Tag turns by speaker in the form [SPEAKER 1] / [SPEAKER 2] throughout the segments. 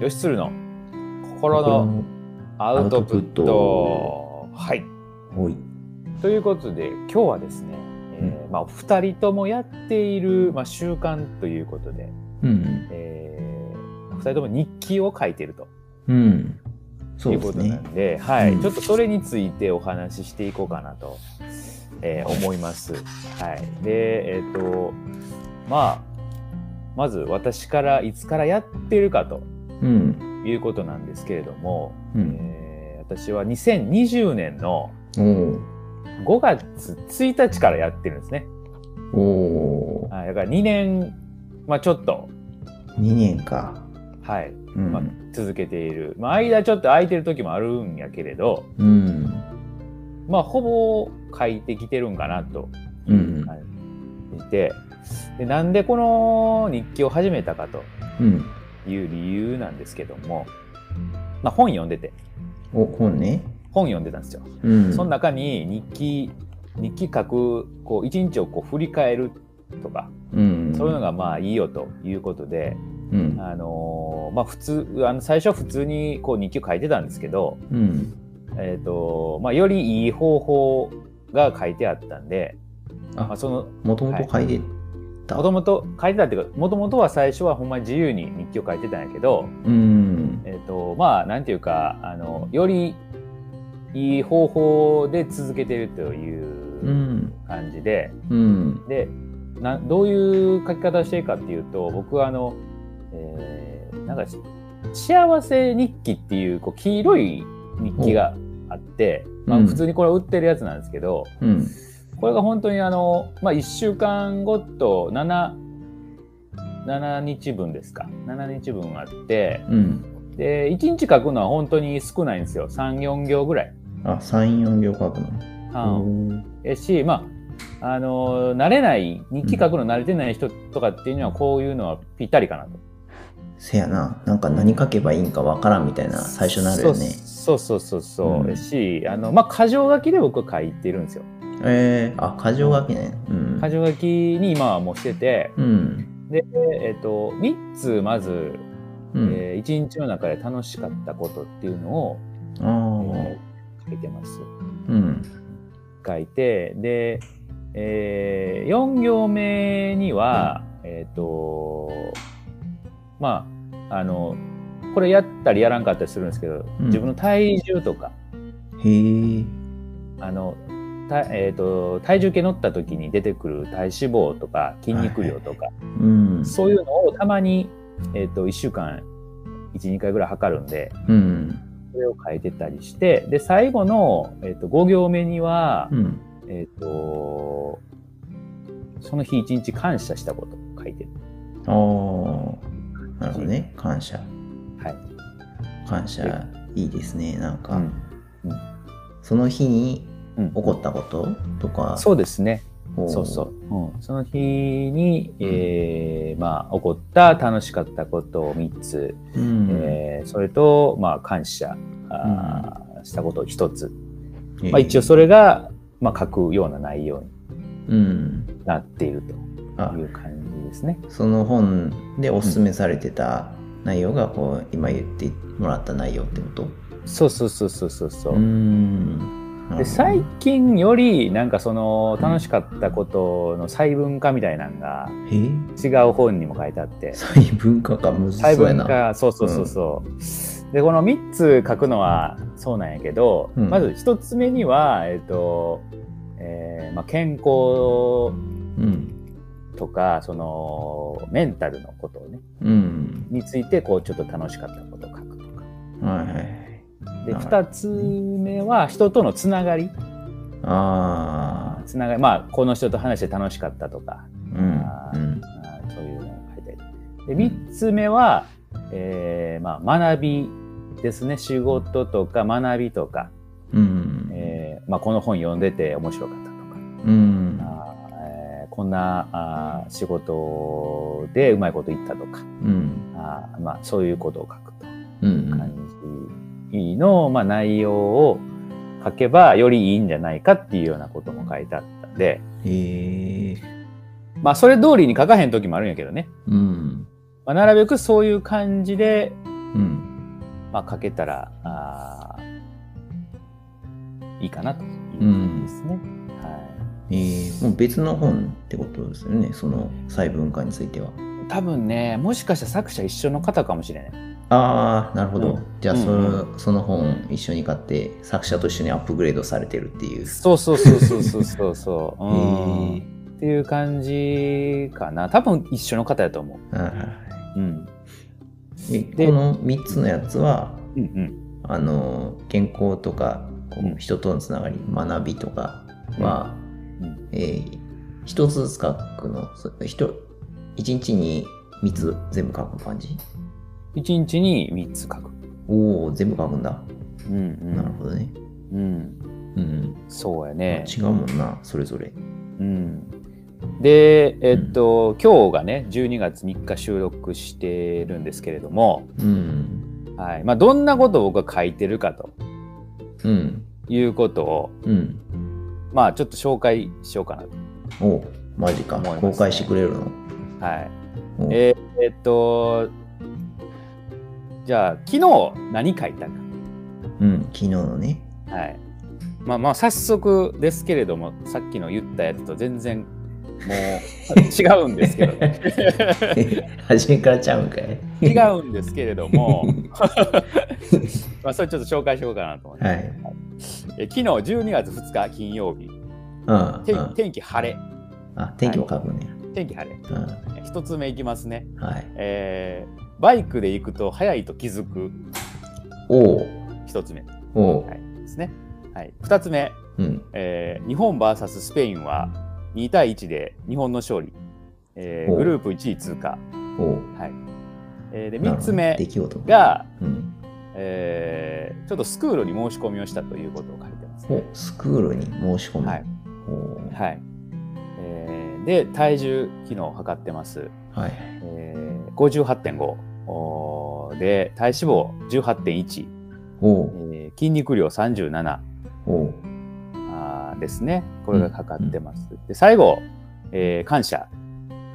[SPEAKER 1] 吉鶴の心のアウトプット
[SPEAKER 2] アウト
[SPEAKER 1] はい
[SPEAKER 2] はい。
[SPEAKER 1] ということで今日はですね、えーまあ、2人ともやっている、まあ、習慣ということで、
[SPEAKER 2] うん。
[SPEAKER 1] え2人とも日記を書いていると
[SPEAKER 2] うん。そ
[SPEAKER 1] いうう
[SPEAKER 2] で
[SPEAKER 1] こ
[SPEAKER 2] す
[SPEAKER 1] とな
[SPEAKER 2] ね。
[SPEAKER 1] んではい
[SPEAKER 2] うん
[SPEAKER 1] ちょっとそれについてお話ししていこうかなと、えー思います。はい、で、えっとまあ、まず私からいつからやってるかと
[SPEAKER 2] うん。
[SPEAKER 1] いうことなんですけれども、
[SPEAKER 2] うん。
[SPEAKER 1] えー私は2020年の
[SPEAKER 2] お
[SPEAKER 1] 5月1日からやってるんですね。
[SPEAKER 2] お。おお。
[SPEAKER 1] はい、だから2年、まあ、ちょっと、
[SPEAKER 2] 二年か。
[SPEAKER 1] はい、
[SPEAKER 2] うん。
[SPEAKER 1] まあ続けている。まあ、間ちょっと空いてる時もあるんやけれど、
[SPEAKER 2] うん。
[SPEAKER 1] まあ、ほぼ書いてきてるんかなと
[SPEAKER 2] うん。
[SPEAKER 1] 見て、でなんでこの日記を始めたかと
[SPEAKER 2] うん。
[SPEAKER 1] いう理由なんですけども、まあ、本読んでて、
[SPEAKER 2] お、本ね。
[SPEAKER 1] 本読んでたんですよ。
[SPEAKER 2] うん。
[SPEAKER 1] その。中に日記、日記書く、こう、一日をこう振り返るとか、
[SPEAKER 2] うん。
[SPEAKER 1] そういうのがまあいいよということで、
[SPEAKER 2] うん。
[SPEAKER 1] あのーまあ普通、あの最初は普通にこう日記を書いてたんですけど、
[SPEAKER 2] うん。
[SPEAKER 1] えっ、と、まあよりいい方法が書いてあったんで、
[SPEAKER 2] あ
[SPEAKER 1] まあ、その、
[SPEAKER 2] もともと書いてた。
[SPEAKER 1] もともと書いてたっていうか、もともとは最初はほんまに自由に日記を書いてたんやけど、
[SPEAKER 2] うん。
[SPEAKER 1] えっ、と、まあなんていうか、あの、よりいい方法で続けてると
[SPEAKER 2] う。
[SPEAKER 1] いうん感じで、
[SPEAKER 2] うん。
[SPEAKER 1] でなどういう書き方をしてるかっていうと僕はあの、えーなんかし幸せ日記っていうこう黄色い日記があって、まあ、
[SPEAKER 2] うん
[SPEAKER 1] 普通にこれは売ってるやつなんですけど、
[SPEAKER 2] うん。
[SPEAKER 1] これが本当にあの、まあ、1週間ごと 7, 7日分ですか7日分あって
[SPEAKER 2] うん。
[SPEAKER 1] で1日書くのは本当に少ないんですよ34行ぐらい。
[SPEAKER 2] あ、三四行書くの。
[SPEAKER 1] うん
[SPEAKER 2] うん。
[SPEAKER 1] えし、まあ、あのー慣れない、日記書くの慣れてない人とかっていうのは、こういうのはぴったりかなと。
[SPEAKER 2] せやな。なんか何書けばいいんかわからんみたいな最初なるよね。
[SPEAKER 1] そうそうそうそう。
[SPEAKER 2] うん
[SPEAKER 1] えし、あの、まあ、箇条書きで僕は書いてるんですよ。
[SPEAKER 2] えー、あ、箇条書きね。うん。
[SPEAKER 1] 箇条書きに今はもうしてて、
[SPEAKER 2] うん。
[SPEAKER 1] でえっ、と、3つまず、
[SPEAKER 2] うん。
[SPEAKER 1] え1日の中で楽しかったことっていうのを、
[SPEAKER 2] ああ
[SPEAKER 1] え。ー書いてます。
[SPEAKER 2] うん。
[SPEAKER 1] 書いて、で、え4行目には、えっ、と、まあ、あの、これやったりやらんかったりするんですけど、
[SPEAKER 2] うん
[SPEAKER 1] 自分の体重とか、
[SPEAKER 2] へえ。
[SPEAKER 1] あの、たえー、と体重計乗った時に出てくる体脂肪とか筋肉量とか、
[SPEAKER 2] うん。
[SPEAKER 1] そういうのをたまに、えー、と1週間12回ぐらい測るんで
[SPEAKER 2] うん。
[SPEAKER 1] それを書いてたりしてで最後の、えー、と5行目には、
[SPEAKER 2] うん。
[SPEAKER 1] えっ、と、その日一日感謝したこと書いてる。
[SPEAKER 2] ああ。なるほどね。感謝。
[SPEAKER 1] はい。
[SPEAKER 2] 感謝。いいですね。なんか、
[SPEAKER 1] うん
[SPEAKER 2] その日に
[SPEAKER 1] うん
[SPEAKER 2] 起こったこととか。
[SPEAKER 1] そうですね。
[SPEAKER 2] おー
[SPEAKER 1] そうそう。。うん、その日に、えーまあ、起こった楽しかったことを3つ、
[SPEAKER 2] うん。
[SPEAKER 1] えーそれと、まあ、感謝あー、したことを1つ。まあ、一応
[SPEAKER 2] れ。
[SPEAKER 1] それが、まあ、書くような内容に
[SPEAKER 2] うん。
[SPEAKER 1] なっていると
[SPEAKER 2] あ
[SPEAKER 1] い、う感じですね。
[SPEAKER 2] その本でおすすめされてた内容が、こう、今言ってもらった内容ってこと
[SPEAKER 1] そうそうそうそうそうそう。
[SPEAKER 2] ん。なるほど
[SPEAKER 1] で最近よりなんかその楽しかったことの細分化みたいなのが
[SPEAKER 2] へえ。
[SPEAKER 1] 違う本にも書いてあって
[SPEAKER 2] 細分化か難し
[SPEAKER 1] 細
[SPEAKER 2] そうや
[SPEAKER 1] 分
[SPEAKER 2] な。
[SPEAKER 1] 化そうそうそうそう、でこの3つ書くのはそうなんやけど、
[SPEAKER 2] うん
[SPEAKER 1] まず1つ目には、えっとえーまあ、健康
[SPEAKER 2] うん。
[SPEAKER 1] とかそのメンタルのことをね
[SPEAKER 2] うん。
[SPEAKER 1] についてこうちょっと楽しかったことを書くとか
[SPEAKER 2] はいはいはい。
[SPEAKER 1] で
[SPEAKER 2] なるほど
[SPEAKER 1] 2つ目は人とのつながり
[SPEAKER 2] ああ。
[SPEAKER 1] つながりまあこの人と話して楽しかったとか
[SPEAKER 2] うん
[SPEAKER 1] あ。ー
[SPEAKER 2] うん。
[SPEAKER 1] あーそういうのが入ってで3つ目は、えーまあ、学びですね仕事とか学びとか、
[SPEAKER 2] うん。
[SPEAKER 1] えーまあ、この本読んでて面白かったと
[SPEAKER 2] うん。
[SPEAKER 1] かあー、えーこんなあー仕事でうまいこと言ったとか
[SPEAKER 2] うん。
[SPEAKER 1] あー、まあ、そういうことを書くと
[SPEAKER 2] う。
[SPEAKER 1] いうん感じの、まあ、内容を書けばよりいいんじゃないかっていうようなことも書いてあったんで、
[SPEAKER 2] へえ。
[SPEAKER 1] まあ、それ通りに書かへん時もあるんやけどね
[SPEAKER 2] うん。
[SPEAKER 1] まあ、なるべくそういう感じで、
[SPEAKER 2] うん。
[SPEAKER 1] まあ、かけたらあーいいかなという感じですね。は
[SPEAKER 2] えー、もう別の本ってことですよね、その細分化については。
[SPEAKER 1] い、多分ねもしかしたら作者一緒の方かもしれない。
[SPEAKER 2] ああ、なるほど。
[SPEAKER 1] うん
[SPEAKER 2] じゃあそ、
[SPEAKER 1] うん
[SPEAKER 2] その本一緒に買って、作者と一緒にアップグレードされてるっていう。
[SPEAKER 1] そうそうそうそうそうそう そう。
[SPEAKER 2] え
[SPEAKER 1] うんっていう感じかな多分一緒の方やと思う。
[SPEAKER 2] ーはいはいはい
[SPEAKER 1] うん
[SPEAKER 2] え
[SPEAKER 1] で
[SPEAKER 2] この3つのやつは、
[SPEAKER 1] うんうん
[SPEAKER 2] あの健康とかこう
[SPEAKER 1] うん
[SPEAKER 2] 人とのつながり、学びとかは、
[SPEAKER 1] うん
[SPEAKER 2] えー一つずつ書くのそ一一日に3つ全部書く感じ
[SPEAKER 1] 一日に3つ書く。
[SPEAKER 2] おお全部書くんだ、
[SPEAKER 1] うん
[SPEAKER 2] なるほどね、
[SPEAKER 1] うんうん、
[SPEAKER 2] うん
[SPEAKER 1] そうやね。
[SPEAKER 2] 違うもんなそれぞれ
[SPEAKER 1] うん、で、えっと今日がね12月3日収録してるんですけれども、
[SPEAKER 2] うん
[SPEAKER 1] はいまあ、どんなことを僕が書いてるかと
[SPEAKER 2] うん
[SPEAKER 1] いうことを、
[SPEAKER 2] うん
[SPEAKER 1] まあ、ちょっと紹介しようかなと。
[SPEAKER 2] おおマジか、
[SPEAKER 1] 思いますね
[SPEAKER 2] 公開してくれるの
[SPEAKER 1] はい、
[SPEAKER 2] おう
[SPEAKER 1] えーえっとじゃあ昨日何書いたか。
[SPEAKER 2] うん昨日のね
[SPEAKER 1] はいまあ、まあ早速ですけれどもさっきの言ったやつと全然もう 違うんですけど、ね、
[SPEAKER 2] 初めからちゃうんかい
[SPEAKER 1] 違うんですけれども まあそれちょっと紹介しようかなと思って、
[SPEAKER 2] はい
[SPEAKER 1] え昨日12月2日金曜日
[SPEAKER 2] あ
[SPEAKER 1] 天天気晴れ
[SPEAKER 2] あ天気も書くね、
[SPEAKER 1] 天気晴れ
[SPEAKER 2] うん
[SPEAKER 1] え一つ目いきますね、
[SPEAKER 2] はい
[SPEAKER 1] えーバイクで行くと早いと気づく
[SPEAKER 2] おう
[SPEAKER 1] 一つ目
[SPEAKER 2] おう、
[SPEAKER 1] はいですね、はい、二つ目、
[SPEAKER 2] うん
[SPEAKER 1] えー日本 VS スペインは2対1で日本の勝利、えー
[SPEAKER 2] お
[SPEAKER 1] グループ1位通過、
[SPEAKER 2] おう
[SPEAKER 1] はいえーで3
[SPEAKER 2] なるほど
[SPEAKER 1] つ目
[SPEAKER 2] 出来事
[SPEAKER 1] が、
[SPEAKER 2] うん
[SPEAKER 1] えーちょっとスクールに申し込みをしたということを書いてます、
[SPEAKER 2] おスクールに申し込む、
[SPEAKER 1] はい
[SPEAKER 2] おう
[SPEAKER 1] はいえーで体重昨日測ってます
[SPEAKER 2] はい
[SPEAKER 1] えー58.5おーで体脂肪18.1、
[SPEAKER 2] お
[SPEAKER 1] え
[SPEAKER 2] う
[SPEAKER 1] ー筋肉量37
[SPEAKER 2] おう
[SPEAKER 1] あーですねこれがかかってます、で最後、えー感謝、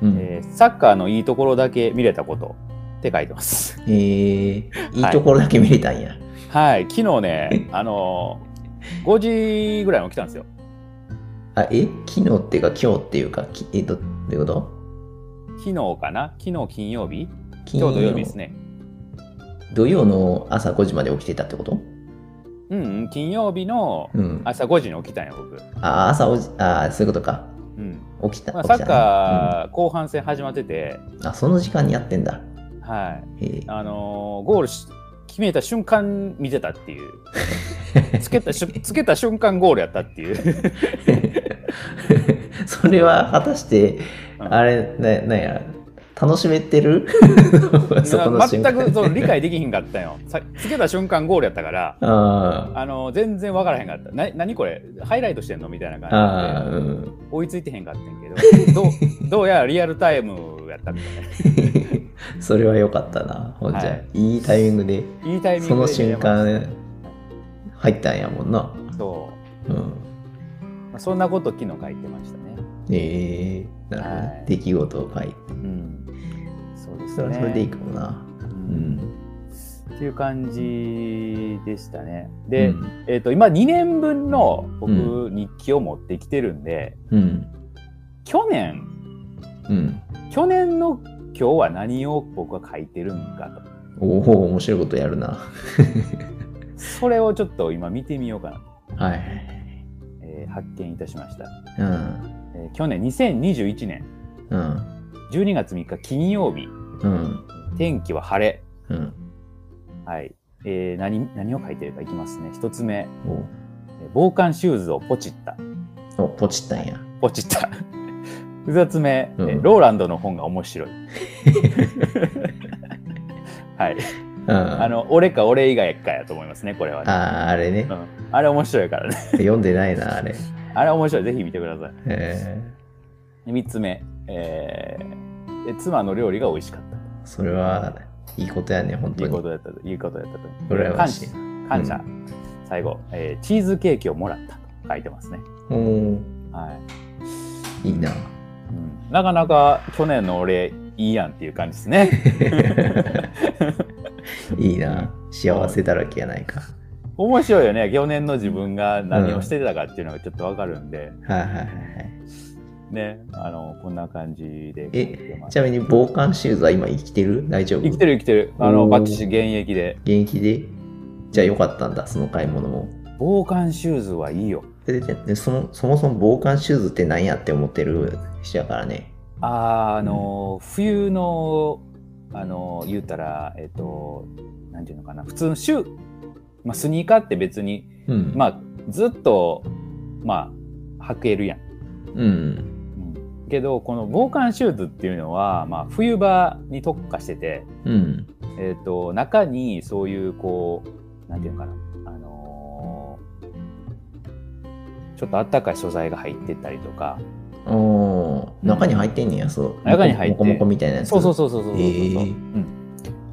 [SPEAKER 2] うんえ
[SPEAKER 1] えーサッカーのいいところだけ見れたことって書いてます
[SPEAKER 2] ーいいところだけ見れたんや、
[SPEAKER 1] はい昨日 ねあのー5時ぐらいに起きたんですよ
[SPEAKER 2] あえ昨日っていうか今日っていうかきえどどういうこと
[SPEAKER 1] 昨日かな昨日金曜日
[SPEAKER 2] 金
[SPEAKER 1] 今日土曜日ですね
[SPEAKER 2] 土曜の朝5時まで起きてたってこと
[SPEAKER 1] うん、うん、金曜日の
[SPEAKER 2] うんあ
[SPEAKER 1] 朝5時に起きたんよ僕、
[SPEAKER 2] あ朝おじあそういうことか
[SPEAKER 1] うん
[SPEAKER 2] 起きた、
[SPEAKER 1] まあ、
[SPEAKER 2] 起
[SPEAKER 1] サ
[SPEAKER 2] きたね
[SPEAKER 1] ッカー後半戦始まってて、
[SPEAKER 2] うんあその時間にやってんだ
[SPEAKER 1] はい
[SPEAKER 2] へえ
[SPEAKER 1] あのーゴールし決めた瞬間見てたって いうつけたしつけた瞬間ゴールやったっていう
[SPEAKER 2] それは果たして、
[SPEAKER 1] うん
[SPEAKER 2] あれななんや楽しめ てる そこの瞬
[SPEAKER 1] 全
[SPEAKER 2] 間
[SPEAKER 1] くその理解できひんかったよ さつけた瞬間ゴールやったから、
[SPEAKER 2] あ
[SPEAKER 1] あのー全然わからへんかったな何これハイライトしてんのみたいな感
[SPEAKER 2] あああ
[SPEAKER 1] じで
[SPEAKER 2] うん
[SPEAKER 1] 追いついてへんかったんやけどどうどうやらリアルタイムやったみたい
[SPEAKER 2] それは良かったなほんじゃ、、
[SPEAKER 1] はい
[SPEAKER 2] いタイミングで
[SPEAKER 1] ないいタイミングで
[SPEAKER 2] その瞬
[SPEAKER 1] 見れま
[SPEAKER 2] 間入ったんやもんな
[SPEAKER 1] したそ
[SPEAKER 2] うん
[SPEAKER 1] う、まあ、そんなこと昨日書いてましたね
[SPEAKER 2] ええなるほどね、
[SPEAKER 1] はい
[SPEAKER 2] 出来事を書いて
[SPEAKER 1] うんそうです
[SPEAKER 2] それは
[SPEAKER 1] ね
[SPEAKER 2] それでいいかもな
[SPEAKER 1] う
[SPEAKER 2] うんん
[SPEAKER 1] っていう感じでしたね。で、
[SPEAKER 2] うん
[SPEAKER 1] えっと今2年分の僕、
[SPEAKER 2] う
[SPEAKER 1] 日記を持ってきてるんで
[SPEAKER 2] うん
[SPEAKER 1] 去年
[SPEAKER 2] うん
[SPEAKER 1] 去年の今日は何を僕は書いてるんかと
[SPEAKER 2] おお面白いことやるな
[SPEAKER 1] それをちょっと今見てみようかなと、
[SPEAKER 2] はい
[SPEAKER 1] えー発見いたしました、
[SPEAKER 2] うん
[SPEAKER 1] えー去年2021年
[SPEAKER 2] うん
[SPEAKER 1] 12月3日金曜日
[SPEAKER 2] うん
[SPEAKER 1] 天気は晴れ
[SPEAKER 2] うん
[SPEAKER 1] はい、えー何何を書いてるかいきますね一つ目
[SPEAKER 2] お
[SPEAKER 1] えー防寒シューズをポチった
[SPEAKER 2] おポチったんや。
[SPEAKER 1] ポチった 二つ目、えー
[SPEAKER 2] うん
[SPEAKER 1] ローランドの本が面白い はい
[SPEAKER 2] うん、あ
[SPEAKER 1] あの俺か俺以外かやと思いますね、これはね。
[SPEAKER 2] あーあれね
[SPEAKER 1] う。ん、あれ面白いからね。
[SPEAKER 2] 読んでないな、あれ。
[SPEAKER 1] あれ面白い、ぜひ見てください。
[SPEAKER 2] え
[SPEAKER 1] で3つ目、えーえ妻の料理が美味しかった
[SPEAKER 2] ーそれはいいことやね、本
[SPEAKER 1] とい
[SPEAKER 2] 当
[SPEAKER 1] うこ
[SPEAKER 2] に。
[SPEAKER 1] とだったと。いうことだったと。
[SPEAKER 2] 羨ましい。
[SPEAKER 1] 感謝。最後、えーチーズケーキをもらったと書いてますね。
[SPEAKER 2] おお
[SPEAKER 1] はい
[SPEAKER 2] い
[SPEAKER 1] う
[SPEAKER 2] な。
[SPEAKER 1] んなか なか去年の俺いいやんっていう感じですね。
[SPEAKER 2] いいな。幸せだらけやないか。
[SPEAKER 1] 面白いよね去年の自分が何をしてたかっていうのがちょっとわかるんで、
[SPEAKER 2] はいはいはいはい。
[SPEAKER 1] ねあのこんな感じで
[SPEAKER 2] え、ちなみに防寒シューズは今生きてる大丈夫
[SPEAKER 1] 生きてる生きてるあの
[SPEAKER 2] おー
[SPEAKER 1] バッチシ現役で
[SPEAKER 2] 現役でじゃあよかったんだ、その買い物も。
[SPEAKER 1] 防寒シューズはいいよ
[SPEAKER 2] でででそもそもそも防寒シューズって何やって思ってる人やからね。
[SPEAKER 1] あーあの、冬のあの言うたらえっ、となんていうのかな普通のシュー、まあ、スニーカーって別に
[SPEAKER 2] うん。
[SPEAKER 1] ま
[SPEAKER 2] あ、
[SPEAKER 1] あずっとまあ履けるやん、
[SPEAKER 2] うん。
[SPEAKER 1] うん、けどこの防寒シューズっていうのは、まあ、冬場に特化してて、
[SPEAKER 2] うん。
[SPEAKER 1] えっと中にそういうこうなんていうのかなあのーちょっとあったかい素材が入ってたりとか
[SPEAKER 2] おー中に入ってんねや、そう。
[SPEAKER 1] 中に入って
[SPEAKER 2] モコモコみたいなやつ。
[SPEAKER 1] そうそうそうそうそうそうそう、
[SPEAKER 2] へー
[SPEAKER 1] うん、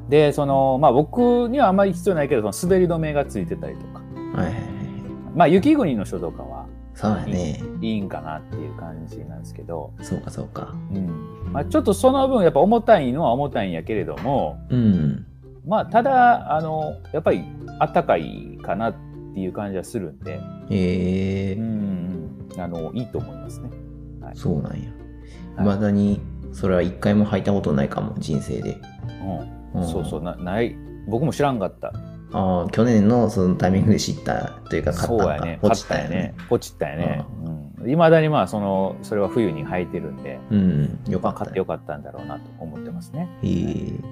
[SPEAKER 1] でそのまあ僕にはあんまり必要ないけどその滑り止めがついてたりとか
[SPEAKER 2] はいはいはい。
[SPEAKER 1] まあ雪国の人とかは
[SPEAKER 2] そうやね。
[SPEAKER 1] いいんかなっていう感じなんですけど、
[SPEAKER 2] そうかそうか。
[SPEAKER 1] うんまあ、ちょっとその分やっぱ重たいのは重たいんやけれども
[SPEAKER 2] うん。
[SPEAKER 1] まあただあのやっぱりあったかいかなっていう感じはするんで、
[SPEAKER 2] へえ
[SPEAKER 1] う。んうんあのいいと思いますね。はい
[SPEAKER 2] そうなんや。
[SPEAKER 1] はい
[SPEAKER 2] いまだに、それは一回も履いたことないかも、人生で。
[SPEAKER 1] うん、そうそう。なない僕も知らんかった。
[SPEAKER 2] ああ、去年のそのタイミングで知ったというか、買った
[SPEAKER 1] そ
[SPEAKER 2] ん
[SPEAKER 1] う
[SPEAKER 2] か
[SPEAKER 1] やね。
[SPEAKER 2] 落ちたよね。。
[SPEAKER 1] 落ちたよね。いま、未だにまあそのそれは冬に履いてるんで、
[SPEAKER 2] うん。よ
[SPEAKER 1] まあ、
[SPEAKER 2] かった
[SPEAKER 1] 買ってよかったんだろうなと思ってますね。
[SPEAKER 2] えー、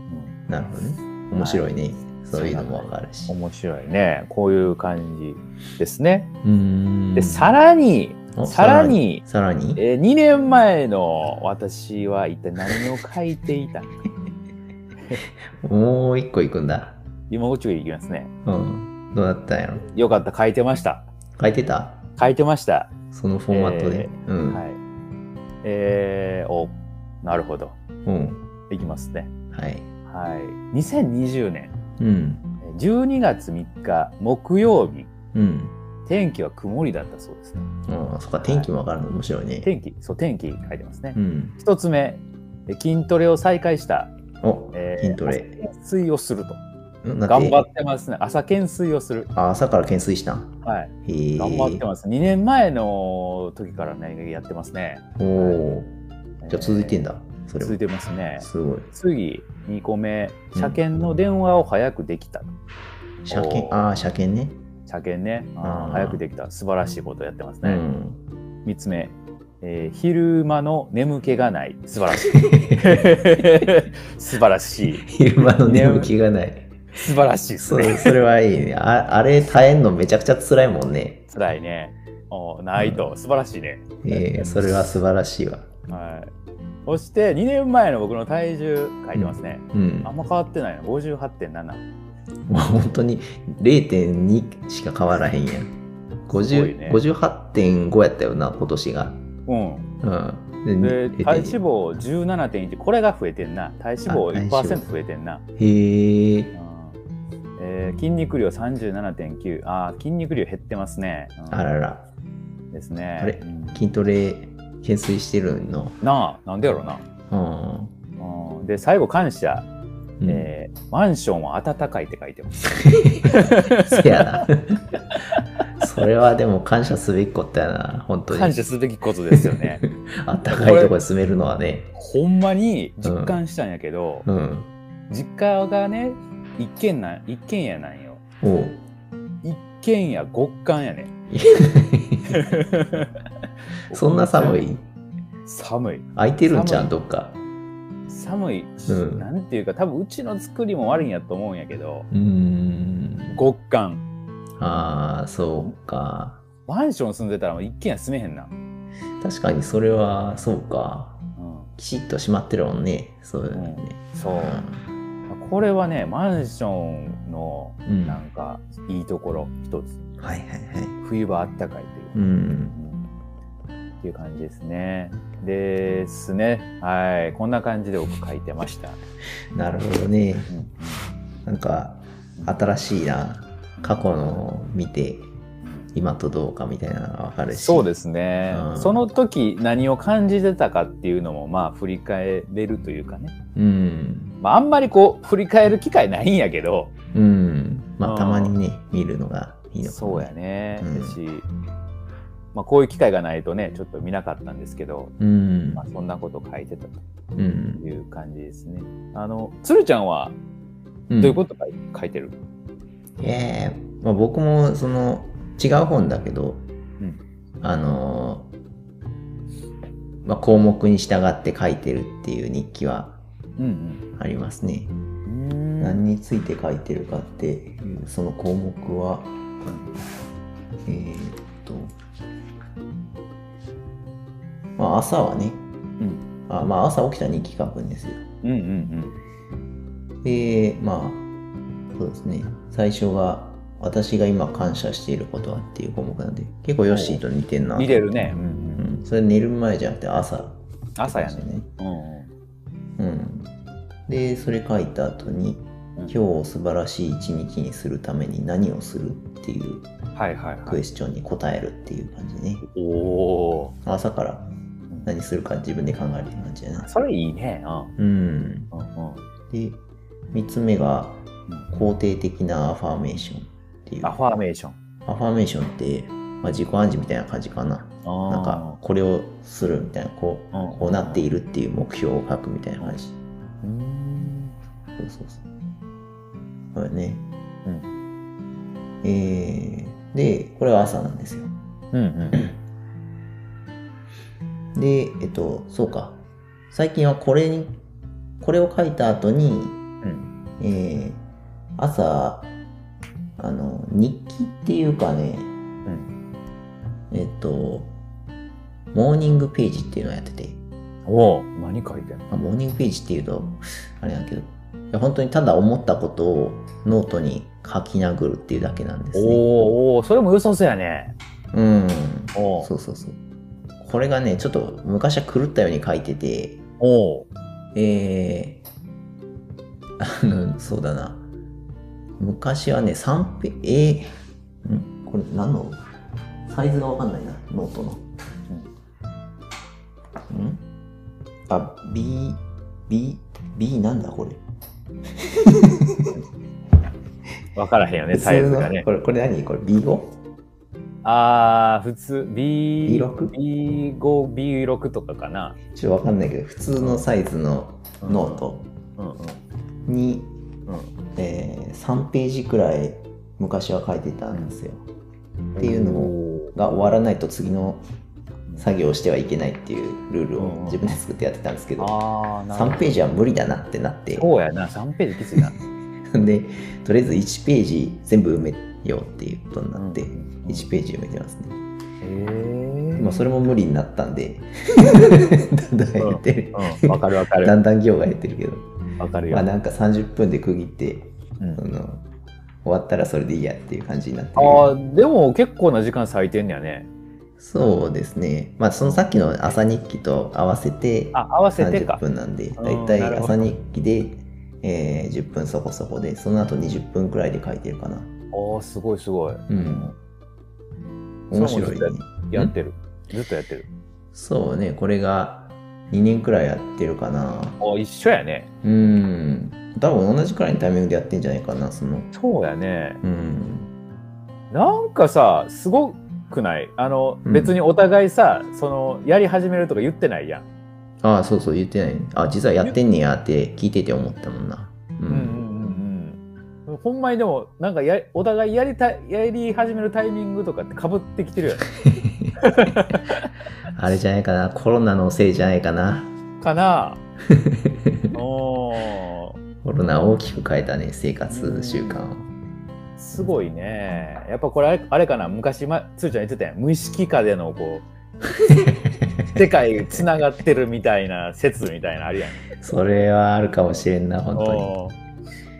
[SPEAKER 1] うん、
[SPEAKER 2] なるほどね。面白いね。そういうのもわかるし。う
[SPEAKER 1] 面白いね。こういう感じですね。
[SPEAKER 2] ーん。
[SPEAKER 1] でさらに
[SPEAKER 2] お
[SPEAKER 1] さらに。
[SPEAKER 2] さらに
[SPEAKER 1] えー、2年前の私は一体何を書いていたのか
[SPEAKER 2] もう一個行くんだ。
[SPEAKER 1] 今宇宙行きますね。
[SPEAKER 2] うん。どうだったんやろ
[SPEAKER 1] よかった書いてました。
[SPEAKER 2] 書いてた
[SPEAKER 1] 書いてました。
[SPEAKER 2] そのフォーマットで。うん。
[SPEAKER 1] はい。えー、お、なるほど。
[SPEAKER 2] うん。
[SPEAKER 1] いきますね。
[SPEAKER 2] はい。
[SPEAKER 1] はい。2020年
[SPEAKER 2] うん。
[SPEAKER 1] 12月3日木曜日、
[SPEAKER 2] うん。
[SPEAKER 1] 天気は曇りだったそうですね。
[SPEAKER 2] ああ、そっか、天気もわかるの面白いね。
[SPEAKER 1] 天気、そう、天気書いてますね
[SPEAKER 2] う。ん。
[SPEAKER 1] 一、つ目、え筋トレを再開した。
[SPEAKER 2] お、
[SPEAKER 1] えー
[SPEAKER 2] 筋トレ。
[SPEAKER 1] 朝懸垂をすると。
[SPEAKER 2] うんだ
[SPEAKER 1] 頑張ってますね。朝懸垂をする。
[SPEAKER 2] あ朝から懸垂したん。
[SPEAKER 1] はい。
[SPEAKER 2] へえ。
[SPEAKER 1] 頑張ってます。2年前の時からね、やってますね。
[SPEAKER 2] おお。じゃあ続いてん
[SPEAKER 1] だ。
[SPEAKER 2] だ。それ
[SPEAKER 1] 続い
[SPEAKER 2] も。
[SPEAKER 1] てますね。
[SPEAKER 2] すごい。
[SPEAKER 1] 次、2個目、車検の電話を早くできた。
[SPEAKER 2] 車
[SPEAKER 1] お
[SPEAKER 2] 検、
[SPEAKER 1] ー
[SPEAKER 2] ああ、車検ね。
[SPEAKER 1] 車検ね、あー
[SPEAKER 2] うん
[SPEAKER 1] 早くできた素晴らしいことやってます
[SPEAKER 2] う
[SPEAKER 1] ね、
[SPEAKER 2] ん。
[SPEAKER 1] 三3つ目、えー昼間の眠気がない素晴ら しい素晴らしい
[SPEAKER 2] 昼間の眠気がない。
[SPEAKER 1] 素晴らしいです
[SPEAKER 2] そ
[SPEAKER 1] ね
[SPEAKER 2] れそれはいいねあ。あれ耐えんのめちゃくちゃ辛いも んね。
[SPEAKER 1] 辛いねおーないと、素晴らしいね、
[SPEAKER 2] ええそれは素晴らしいわ。
[SPEAKER 1] はい、そして2年前の僕の体重書いてますね、
[SPEAKER 2] うん。
[SPEAKER 1] あんま
[SPEAKER 2] も
[SPEAKER 1] 変わってないの58.7
[SPEAKER 2] う本当に0.2しか変わらへんやん。
[SPEAKER 1] すごい
[SPEAKER 2] 50
[SPEAKER 1] ね
[SPEAKER 2] 58.5やったよな、今年が。
[SPEAKER 1] うん
[SPEAKER 2] うん。
[SPEAKER 1] で
[SPEAKER 2] 0.2
[SPEAKER 1] 体脂肪17.1これが増えてんな体脂
[SPEAKER 2] あ
[SPEAKER 1] 肪
[SPEAKER 2] 体脂肪
[SPEAKER 1] 1%増えてんな
[SPEAKER 2] へえ。
[SPEAKER 1] うんえー筋肉量37.9あー筋肉量減ってますね、うん
[SPEAKER 2] あらら。
[SPEAKER 1] ですね
[SPEAKER 2] あれ
[SPEAKER 1] うん
[SPEAKER 2] 筋トレ、懸垂してるの。
[SPEAKER 1] なあなんでやろうな、
[SPEAKER 2] うん。
[SPEAKER 1] うんで最後感謝、
[SPEAKER 2] うん
[SPEAKER 1] えーマンションは暖かいって書いてます
[SPEAKER 2] せやな。 それはでも感謝すべきことやな、本当に。
[SPEAKER 1] 感謝すべきことですよね
[SPEAKER 2] あったかいとこに住めるのはね。
[SPEAKER 1] ほんまに実感したんやけど、
[SPEAKER 2] うん。
[SPEAKER 1] 実家がね一軒なん一軒家なんよ
[SPEAKER 2] おう。
[SPEAKER 1] 一軒家極寒やね
[SPEAKER 2] そんな寒い
[SPEAKER 1] 寒い
[SPEAKER 2] 空いてるんじゃ
[SPEAKER 1] 寒い
[SPEAKER 2] ん、どっか。
[SPEAKER 1] 寒い、
[SPEAKER 2] うん
[SPEAKER 1] なんていうか多分うちの作りも悪いんやと思うんやけど
[SPEAKER 2] うーん。
[SPEAKER 1] 極寒
[SPEAKER 2] ああ、そうか。
[SPEAKER 1] マンション住んでたらもう一軒家住めへんな、う
[SPEAKER 2] 確かにそれは、そうか。
[SPEAKER 1] ん、
[SPEAKER 2] きちっと閉まってるもんね。そうよね。
[SPEAKER 1] そうこれはねマンションの
[SPEAKER 2] うん。
[SPEAKER 1] な
[SPEAKER 2] は
[SPEAKER 1] んかいいところ一つ
[SPEAKER 2] いはいはい。
[SPEAKER 1] 冬場あったかいという
[SPEAKER 2] う、ん。
[SPEAKER 1] うんっていう感じですねですねはいこんな感じで僕書いてました、
[SPEAKER 2] なるほどね。
[SPEAKER 1] うん
[SPEAKER 2] なんか、新しいな。過去のを見て、今とどうかみたいなのがわかるし。
[SPEAKER 1] そうですね、
[SPEAKER 2] うん
[SPEAKER 1] その時何を感じてたかっていうのもまあ振り返れるというかね
[SPEAKER 2] うん。
[SPEAKER 1] まあ、あんまりこう振り返る機会ないんやけど、
[SPEAKER 2] うん。ま
[SPEAKER 1] う
[SPEAKER 2] あ、
[SPEAKER 1] ん
[SPEAKER 2] たまにね、見るのがいいのかも
[SPEAKER 1] そうや。ね、
[SPEAKER 2] うん
[SPEAKER 1] だし、まあ、こういう機会がないとねちょっと見なかったんですけど、
[SPEAKER 2] うん
[SPEAKER 1] まあ、。そんなこと書いてた
[SPEAKER 2] う
[SPEAKER 1] と
[SPEAKER 2] ん。
[SPEAKER 1] いう感じですね。あの鶴ちゃんは
[SPEAKER 2] どう
[SPEAKER 1] どういうことか書いてる、
[SPEAKER 2] ええまあ、僕もその違う本だけど、
[SPEAKER 1] うん
[SPEAKER 2] あのーまあ、項目に従って書いてるっていう日記は
[SPEAKER 1] うん
[SPEAKER 2] ありますね。
[SPEAKER 1] うん
[SPEAKER 2] 何について書いてるかっていうその項目はえーっとまあ朝はね、
[SPEAKER 1] ん
[SPEAKER 2] あまあ朝起きたら日記書くんですよ。
[SPEAKER 1] うんうん
[SPEAKER 2] でまあそうですね最初が「私が今感謝していることは」っていう項目なんで結構ヨッシーと似てん
[SPEAKER 1] う
[SPEAKER 2] なん
[SPEAKER 1] 見てるね、うん
[SPEAKER 2] う
[SPEAKER 1] うん
[SPEAKER 2] ん、それ寝る前じゃなくて朝
[SPEAKER 1] 朝やね、
[SPEAKER 2] ね
[SPEAKER 1] うんうん
[SPEAKER 2] うんでそれ書いた後に
[SPEAKER 1] うん
[SPEAKER 2] 「今日を素晴らしい一日にするために何をする?」っていう
[SPEAKER 1] はいはいは
[SPEAKER 2] ク
[SPEAKER 1] い
[SPEAKER 2] エスチョンに答えるっていう感じね
[SPEAKER 1] おお
[SPEAKER 2] 朝から何するか自分で考えるって感じだ
[SPEAKER 1] ー
[SPEAKER 2] な
[SPEAKER 1] それいいねう
[SPEAKER 2] うん
[SPEAKER 1] んうんうん
[SPEAKER 2] で3つ目が
[SPEAKER 1] うん
[SPEAKER 2] 肯定的なアファーメーションっていう
[SPEAKER 1] アファーメーション
[SPEAKER 2] アファーメーションって、まあ、自己暗示みたいな感じかな。
[SPEAKER 1] な
[SPEAKER 2] なんか、これをするみたいな、こう、
[SPEAKER 1] うん
[SPEAKER 2] こうなっているっていう目標を書くみたいな感じ。
[SPEAKER 1] うん
[SPEAKER 2] そうそうそう。これね。
[SPEAKER 1] うん
[SPEAKER 2] えー、で、これは朝なんですよ。
[SPEAKER 1] うんうん
[SPEAKER 2] で、えっと、そうか。最近はこれに、これを書いた後に、
[SPEAKER 1] うん
[SPEAKER 2] えー、朝、あの、日記っていうかね、
[SPEAKER 1] うん
[SPEAKER 2] えっと、モーニングページっていうのをやってて、
[SPEAKER 1] おお何書いてんの
[SPEAKER 2] まあモーニングページっていうと、あれだけど、いや本当にただ思ったことをノートに書き殴るっていうだけなんですね。
[SPEAKER 1] おーおーそれも良さそうやね
[SPEAKER 2] うん。
[SPEAKER 1] お
[SPEAKER 2] そ
[SPEAKER 1] ー
[SPEAKER 2] うそうそう。これがね、ちょっと昔は狂ったように書いてて、
[SPEAKER 1] おー
[SPEAKER 2] えー、あの、そうだな。昔はね、3ペ、えー、んこれ何のサイズがわかんないな、ノートの。んあ、B、B、B なんだこれ。
[SPEAKER 1] 分からへんよねサイズがね
[SPEAKER 2] 普通のこれ、これ何これ B5?
[SPEAKER 1] ああ普通 B
[SPEAKER 2] B6
[SPEAKER 1] B5 B6 とかかな
[SPEAKER 2] ちょっとわかんないけど、普通のサイズのノート
[SPEAKER 1] うんうん
[SPEAKER 2] に、
[SPEAKER 1] う
[SPEAKER 2] えー3ページくらい昔は書いてたんですよ。
[SPEAKER 1] ん
[SPEAKER 2] っていうの
[SPEAKER 1] を
[SPEAKER 2] が終わらないと次の作業をしてはいけないっていうルールを
[SPEAKER 1] うん
[SPEAKER 2] 自分で作ってやってたんですけど、
[SPEAKER 1] ああなるほ
[SPEAKER 2] 3ページは無理だなってなって
[SPEAKER 1] ど、そうやな3ページきついな
[SPEAKER 2] で、とりあえず1ページ全部埋めようっていうことになって、
[SPEAKER 1] うん
[SPEAKER 2] 1ページ埋めてますね。
[SPEAKER 1] へえ
[SPEAKER 2] まあ、それも無理になった んで、だんだん減ってる。
[SPEAKER 1] うんわかるわか
[SPEAKER 2] だ
[SPEAKER 1] る
[SPEAKER 2] んだん行が減ってるけど、
[SPEAKER 1] わかるよ
[SPEAKER 2] まあなんか30分で区切って、
[SPEAKER 1] うん
[SPEAKER 2] あの終わったらそれでいいやっていう感じになってる
[SPEAKER 1] ああでも結構な時間割いてんねやね
[SPEAKER 2] そうですねまあそのさっきの朝日記と合わせて
[SPEAKER 1] あ合わせて
[SPEAKER 2] 30
[SPEAKER 1] か
[SPEAKER 2] 分なんで
[SPEAKER 1] あ
[SPEAKER 2] だ
[SPEAKER 1] ー
[SPEAKER 2] いたい
[SPEAKER 1] なるほど
[SPEAKER 2] 朝日記で、えー10分そこそこでその後20分くらいで書いてるかな
[SPEAKER 1] ああすごいすごい
[SPEAKER 2] うん面白いね
[SPEAKER 1] そうなんやってるずっとやってる
[SPEAKER 2] そうねこれが2年くらいやってるかな
[SPEAKER 1] あ一緒やね
[SPEAKER 2] うん多分同じくらいのタイミングでやってんじゃないかなその
[SPEAKER 1] そうやね
[SPEAKER 2] うん
[SPEAKER 1] なんかさすごくないあの、
[SPEAKER 2] うん
[SPEAKER 1] 別にお互いさそのやり始めるとか言ってないやん、
[SPEAKER 2] ああそうそう言ってないあ実はやってんねやって聞いてて思ったもんなう
[SPEAKER 1] うんうんうんうんほんまにでもなんかやお互いやりたやり始めるタイミングとかってかぶってきてるよね
[SPEAKER 2] あれじゃないかな、コロナのせいじゃないかな。
[SPEAKER 1] か なおー
[SPEAKER 2] コロナを大きく変えたね、生活習慣を。
[SPEAKER 1] すごいねやっぱこれあれあれかな昔まつーちゃん言ってたやん無意識下でのこ う世界つながってるみたいな説みたいなのあるやん
[SPEAKER 2] それはあるかもしれんな、本当に。
[SPEAKER 1] おー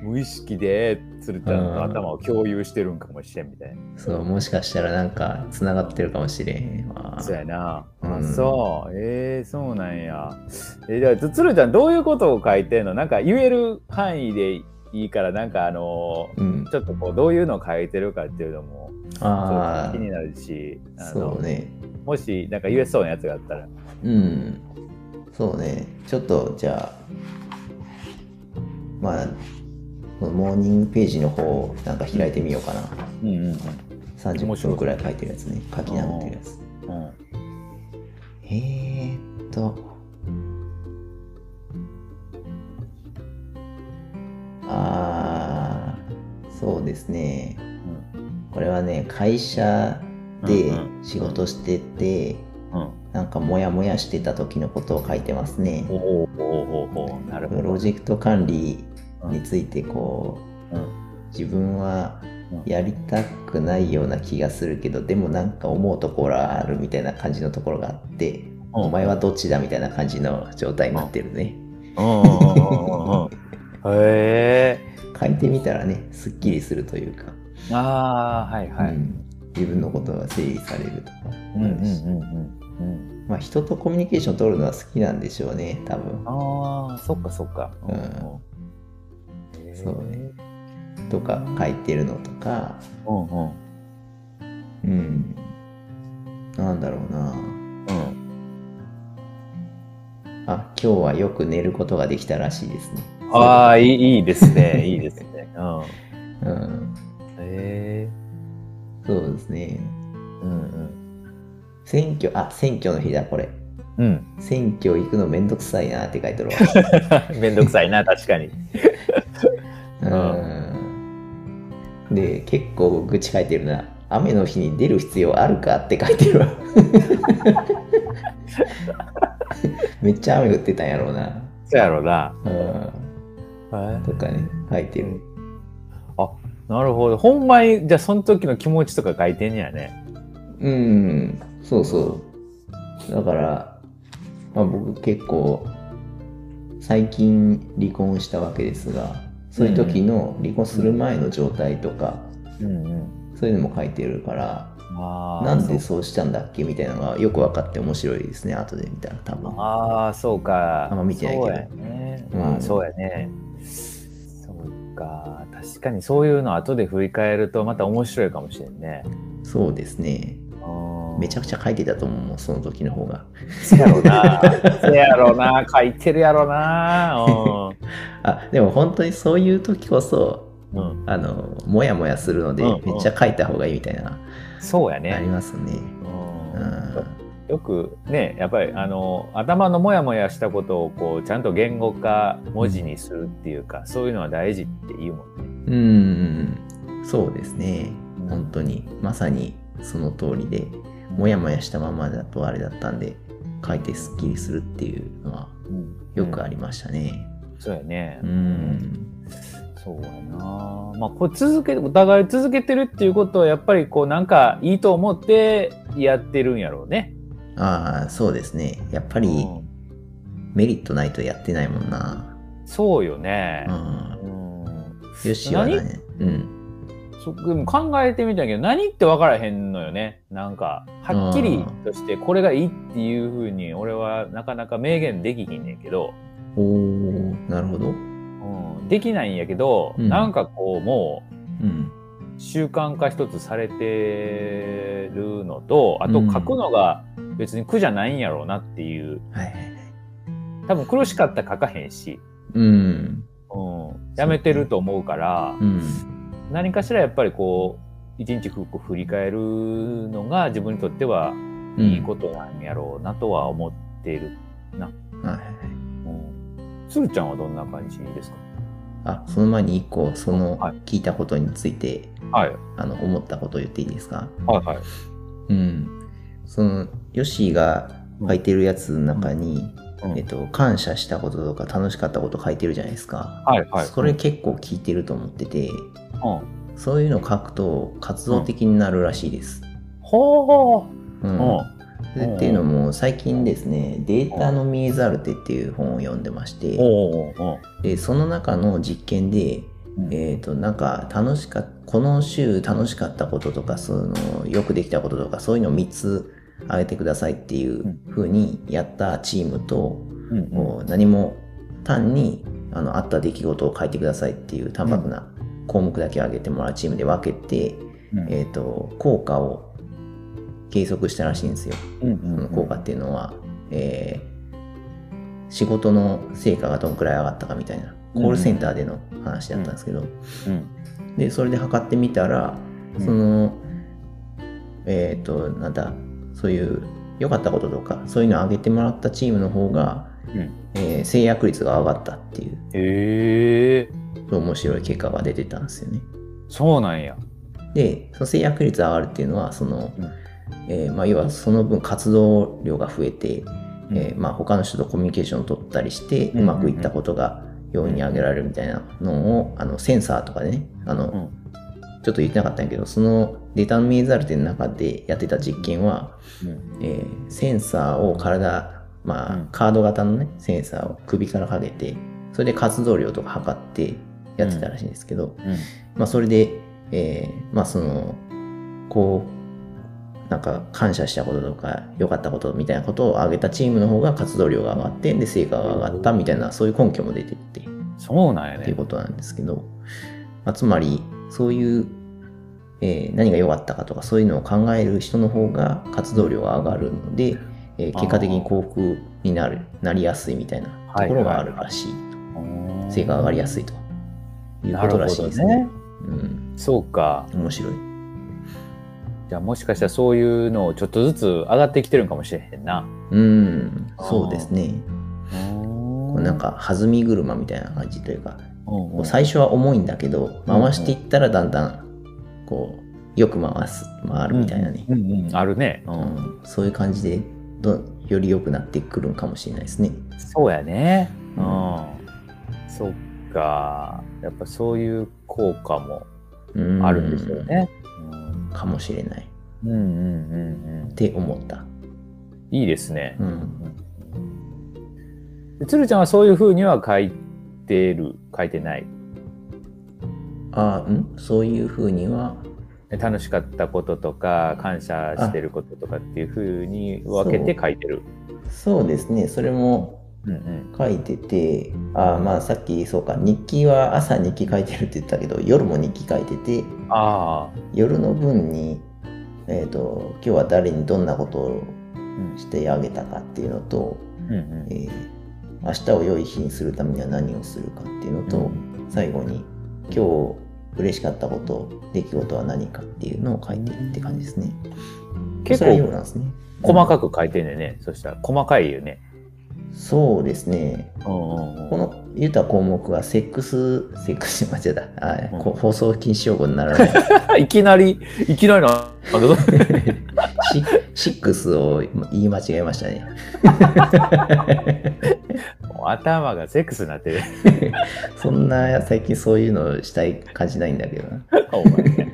[SPEAKER 1] 無意識で鶴ちゃんの頭を共有してるんかもしれんみたいな
[SPEAKER 2] そう、もしかしたらなんか、つながってるかもしれんわ。
[SPEAKER 1] そうやな。
[SPEAKER 2] う
[SPEAKER 1] あ、
[SPEAKER 2] ん
[SPEAKER 1] そう。えー、そうなんや。えじゃあ、つつるちゃん、どういうことを書いてんのなんか言える範囲でいいから、なんかあの
[SPEAKER 2] うん
[SPEAKER 1] ー、ちょっとこう、どういうのを書いてるかっていうのも、
[SPEAKER 2] あ
[SPEAKER 1] 気になるし、
[SPEAKER 2] あ、
[SPEAKER 1] あの
[SPEAKER 2] そうね。
[SPEAKER 1] もし、なんか言えそうなやつがあったら。
[SPEAKER 2] うん。そうね。ちょっと、じゃあ、まあ、このモーニングページの方をなんか開いてみようかな。
[SPEAKER 1] うんうん面
[SPEAKER 2] 30
[SPEAKER 1] 白い
[SPEAKER 2] 分くらい書いてるやつね。書きながらってるやつ。
[SPEAKER 1] うんうん
[SPEAKER 2] えーっと。あー、そうですね。これはね、会社で
[SPEAKER 1] うん
[SPEAKER 2] 仕事してて、
[SPEAKER 1] うん
[SPEAKER 2] なんかモヤモヤしてた時のことを書いてますね。
[SPEAKER 1] おおおおおおなるほ
[SPEAKER 2] プロ
[SPEAKER 1] ど
[SPEAKER 2] ジェクト管理についてこう、
[SPEAKER 1] うん
[SPEAKER 2] 自分はやりたくないような気がするけどでもなんか思うところはあるみたいな感じのところがあって、お前はどっちだみたいな感じの状態になってるね、
[SPEAKER 1] うんうんうんうんうんうん へえ
[SPEAKER 2] 書いてみたらねすっきりするというか、
[SPEAKER 1] ああはいは
[SPEAKER 2] う
[SPEAKER 1] い
[SPEAKER 2] ん自分のことが整理されるとか、
[SPEAKER 1] うんうんうんうん
[SPEAKER 2] まあ、人とコミュニケーション取るのは好きなんでしょうね多分
[SPEAKER 1] ああそっかそっか
[SPEAKER 2] うん
[SPEAKER 1] うんへー
[SPEAKER 2] そうねとか書いてるのとか
[SPEAKER 1] うんうん
[SPEAKER 2] うんなんだろうな
[SPEAKER 1] うん
[SPEAKER 2] あ今日はよく寝ることができたらしいですね。
[SPEAKER 1] ああいいいいです ねいいですねうん
[SPEAKER 2] うん、
[SPEAKER 1] へえ
[SPEAKER 2] そうですね。
[SPEAKER 1] うん
[SPEAKER 2] 選挙、あ、選挙の日だ、これ。
[SPEAKER 1] うんうん
[SPEAKER 2] 選挙行くのめんどくさいなって書いてるわ。
[SPEAKER 1] めんどくさいな確かに
[SPEAKER 2] うん、で、結構愚痴書いてるな。雨の日に出る必要あるかって書いてるわ。めっちゃ雨降ってたんやろうな。
[SPEAKER 1] そうやろうな
[SPEAKER 2] うん、
[SPEAKER 1] はい
[SPEAKER 2] とかね、書いてる。
[SPEAKER 1] なるほどほんまにじゃあその時の気持ちとか書いてんねやね
[SPEAKER 2] うん、そうそう。だから、まあ、僕結構、最近離婚したわけですが、そういう時の離婚する前の状態とか、
[SPEAKER 1] うんうん
[SPEAKER 2] そういうのも書いてるから、
[SPEAKER 1] ああ
[SPEAKER 2] なんでそうしたんだっけみたいなのがよく分かって面白いですね、後で見たら多分。
[SPEAKER 1] ああ、そうか。
[SPEAKER 2] あんま見てないけど
[SPEAKER 1] そうやね。
[SPEAKER 2] うん
[SPEAKER 1] まあ、そうやね。そうか。確かにそういうの後で振り返るとまた面白いかもしれんね。
[SPEAKER 2] そうですね。めちゃ
[SPEAKER 1] く
[SPEAKER 2] くちゃ書いてたと思うもん、その時の方が。
[SPEAKER 1] ちゃ。やろうな。せやろうな。書いてるやろうな。
[SPEAKER 2] あ、でも本当にそういう時こそ、
[SPEAKER 1] うん。うん、
[SPEAKER 2] あの、もやもやするので、
[SPEAKER 1] うんうん
[SPEAKER 2] めっちゃ書いた方がいいみたいな、
[SPEAKER 1] そうや
[SPEAKER 2] あり
[SPEAKER 1] ね。
[SPEAKER 2] ますね。
[SPEAKER 1] うん
[SPEAKER 2] うん
[SPEAKER 1] よくね、やっぱりあの頭のモヤモヤしたことをこうちゃんと言語化文字にするっていうか、そういうのは大事って言うもんね。
[SPEAKER 2] うーん、そうですね
[SPEAKER 1] う。ん
[SPEAKER 2] 本当に、まさにその通りで、もやもやしたままだとあれだったんで、書いてスッキリするっていうのはよくありましたね。
[SPEAKER 1] そうやね。
[SPEAKER 2] うーん、
[SPEAKER 1] そうやなまあこれ続けお互い続けてるっていうことはやっぱりこうなんかいいと思ってやってるんやろうね。
[SPEAKER 2] ああ、そうですね。やっぱ
[SPEAKER 1] う
[SPEAKER 2] り
[SPEAKER 1] ん
[SPEAKER 2] メリットないとやってないもんな。
[SPEAKER 1] そうよね
[SPEAKER 2] う。ん、
[SPEAKER 1] うん、
[SPEAKER 2] よしはね。うん、
[SPEAKER 1] そでも考えてみたけど何って分からへんのよねなんかはっきりとしてこれがいいっていうふうに俺はなかなか明言できひんねんけど、
[SPEAKER 2] おー、なるほど。う
[SPEAKER 1] うん、できないんやけど、
[SPEAKER 2] うん、
[SPEAKER 1] なんかこうもうん習慣化一つされてるのとあと書くのが別に苦じゃないんやろうなっていう
[SPEAKER 2] はいはいはい。
[SPEAKER 1] 多分苦しかったら書かへんし、
[SPEAKER 2] うん、
[SPEAKER 1] うん、やめてると思うから
[SPEAKER 2] うん、
[SPEAKER 1] 何かしらやっぱりこう一日こう振り返るのが自分にとっては
[SPEAKER 2] うん
[SPEAKER 1] いいことなんやろうなとは思ってる、
[SPEAKER 2] はいはいはい。
[SPEAKER 1] うん、鶴ちゃんはどんな感じですか
[SPEAKER 2] あ、その前に一個、その
[SPEAKER 1] はい
[SPEAKER 2] 聞いたことについて、
[SPEAKER 1] はい
[SPEAKER 2] あの思ったことを言っていいですか
[SPEAKER 1] はいはい
[SPEAKER 2] うん、そのヨッシーが書いてるやつの中に、
[SPEAKER 1] うん
[SPEAKER 2] えっと、感謝したこととか楽しかったこと書いてるじゃないですか、
[SPEAKER 1] はいはい
[SPEAKER 2] それ結構聞いてると思ってて
[SPEAKER 1] うん
[SPEAKER 2] そういうの書くと活動的になるらしいです、
[SPEAKER 1] ほ
[SPEAKER 2] うん
[SPEAKER 1] ううん
[SPEAKER 2] でっていうのも最近ですね「データの見えざる手」っていう本を読んでまして
[SPEAKER 1] おうおう
[SPEAKER 2] でその中の実験で
[SPEAKER 1] うん
[SPEAKER 2] えー、となんか楽しかっこの週楽しかったこととかそのよくできたこととかそういうのを3つ挙げてくださいっていう風にやったチームと、
[SPEAKER 1] うんうん
[SPEAKER 2] もう何も単にあのあった出来事を書いてくださいっていう淡白な項目だけ挙げてもらうチームで分けて、
[SPEAKER 1] うん
[SPEAKER 2] えー、と効果を計測したらしいんですよ。
[SPEAKER 1] うん
[SPEAKER 2] その
[SPEAKER 1] うん
[SPEAKER 2] 効果っていうのは、えー仕事の成果がどのくらい上がったかみたいな。コールセンターでの話だったんですけど、
[SPEAKER 1] うん
[SPEAKER 2] でそれで測ってみたら
[SPEAKER 1] うん
[SPEAKER 2] その、えっ、となんだそういう良かったこととかそういうのを上げてもらったチームの方が、
[SPEAKER 1] うん
[SPEAKER 2] えー制約率が上がったっていう
[SPEAKER 1] ええ
[SPEAKER 2] 面白い結果が出てたんですよね。
[SPEAKER 1] そうなんや。
[SPEAKER 2] でその制約率が上がるっていうのはその、
[SPEAKER 1] うん
[SPEAKER 2] えーまあ、要はその分活動量が増えて、
[SPEAKER 1] うん
[SPEAKER 2] えーまあ、他の人とコミュニケーションを取ったりして、
[SPEAKER 1] う
[SPEAKER 2] うんまくいったことが容易に上げられるみたいなのをあのセンサーとかでねあの、
[SPEAKER 1] うん
[SPEAKER 2] ちょっと言ってなかったんやけどそのデータのミーザルテの中でやってた実験は、
[SPEAKER 1] うん
[SPEAKER 2] えーセンサーを体、まあ
[SPEAKER 1] うん
[SPEAKER 2] カード型のねセンサーを首からかけてそれで活動量とか測ってやってたらしいんですけど、まあ、それで、えーまあそのこうなんか感謝したこととか良かったことみたいなことを挙げたチームの方が活動量が上がってで成果が上がったみたいなそういう根拠も出てって
[SPEAKER 1] うんそうなんや
[SPEAKER 2] っていう
[SPEAKER 1] ね。
[SPEAKER 2] ことなんですけど、まあ、つまりそういう、えー何が良かったかとかそういうのを考える人の方が活動量が上がるので、えー結果的に幸福になるなりやすいみたいなところがあるらしい、
[SPEAKER 1] うん
[SPEAKER 2] 成果が上がりやすいという
[SPEAKER 1] な
[SPEAKER 2] こ
[SPEAKER 1] る
[SPEAKER 2] と
[SPEAKER 1] ほ
[SPEAKER 2] らしい
[SPEAKER 1] ど
[SPEAKER 2] ですね。
[SPEAKER 1] ね。
[SPEAKER 2] うん、
[SPEAKER 1] そうか。
[SPEAKER 2] 面白い。
[SPEAKER 1] じゃあもしかしたらそういうのをちょっとずつ上がってきてるんかもしれへんな。
[SPEAKER 2] うん、
[SPEAKER 1] あー
[SPEAKER 2] そうですね。こ
[SPEAKER 1] こ
[SPEAKER 2] うなん、か弾み車みたいな感じという
[SPEAKER 1] うん
[SPEAKER 2] か、こ
[SPEAKER 1] う
[SPEAKER 2] うん最初は重いんだけど、回していったらだんだん、こう、よく回す、回るみたいなね。
[SPEAKER 1] うんうん、あるね、う
[SPEAKER 2] うんんそういう感じでど、より良くなってくるんかもしれないですね。
[SPEAKER 1] そうやね。う
[SPEAKER 2] うんん。
[SPEAKER 1] そっか。やっぱそういう効果も
[SPEAKER 2] うん
[SPEAKER 1] あるんですよ。ね。うん
[SPEAKER 2] かもしれない。
[SPEAKER 1] うんうんうんう
[SPEAKER 2] って思った。
[SPEAKER 1] ん。いいですね
[SPEAKER 2] う。ん。
[SPEAKER 1] でつるちゃんはそういうふうには書いてる、書いてない。
[SPEAKER 2] ああ、んそういうふうには、
[SPEAKER 1] 楽しかったこととか、感謝してることとかっていうふうに分けて書いてる。
[SPEAKER 2] そうですね。それも
[SPEAKER 1] うんうん。
[SPEAKER 2] 書いてて、ああ、まあさっき、そうか、日記は朝日記書いてるって言ったけど、夜も日記書いてて、
[SPEAKER 1] ああ。
[SPEAKER 2] 夜の分に、えー、と今日は誰にどんなことを
[SPEAKER 1] うん
[SPEAKER 2] してあげたかっていうのと、
[SPEAKER 1] うんうん
[SPEAKER 2] えー明日を良い日にするためには何をするかっていうのと、
[SPEAKER 1] う
[SPEAKER 2] 最後に今日嬉しかったこと出来事は何かっていうのを書いてるって感じですね。
[SPEAKER 1] 結
[SPEAKER 2] それは夜
[SPEAKER 1] 構
[SPEAKER 2] なんですね。
[SPEAKER 1] 細
[SPEAKER 2] く、
[SPEAKER 1] かく書いてんねんね。そしたら細かいよね。
[SPEAKER 2] そうですね。
[SPEAKER 1] うんうんう
[SPEAKER 2] こ
[SPEAKER 1] ん。
[SPEAKER 2] の言った項目はセックス、セックス、間違えた。あー、こ
[SPEAKER 1] うん
[SPEAKER 2] 放送禁止用語にならない。
[SPEAKER 1] いきなり、いきなりな。あどうぞ
[SPEAKER 2] シシックスを言い間違えましたね。
[SPEAKER 1] もう頭がセックスになってる。
[SPEAKER 2] そんな最近そういうのしたい感じないんだけどな。
[SPEAKER 1] お前ね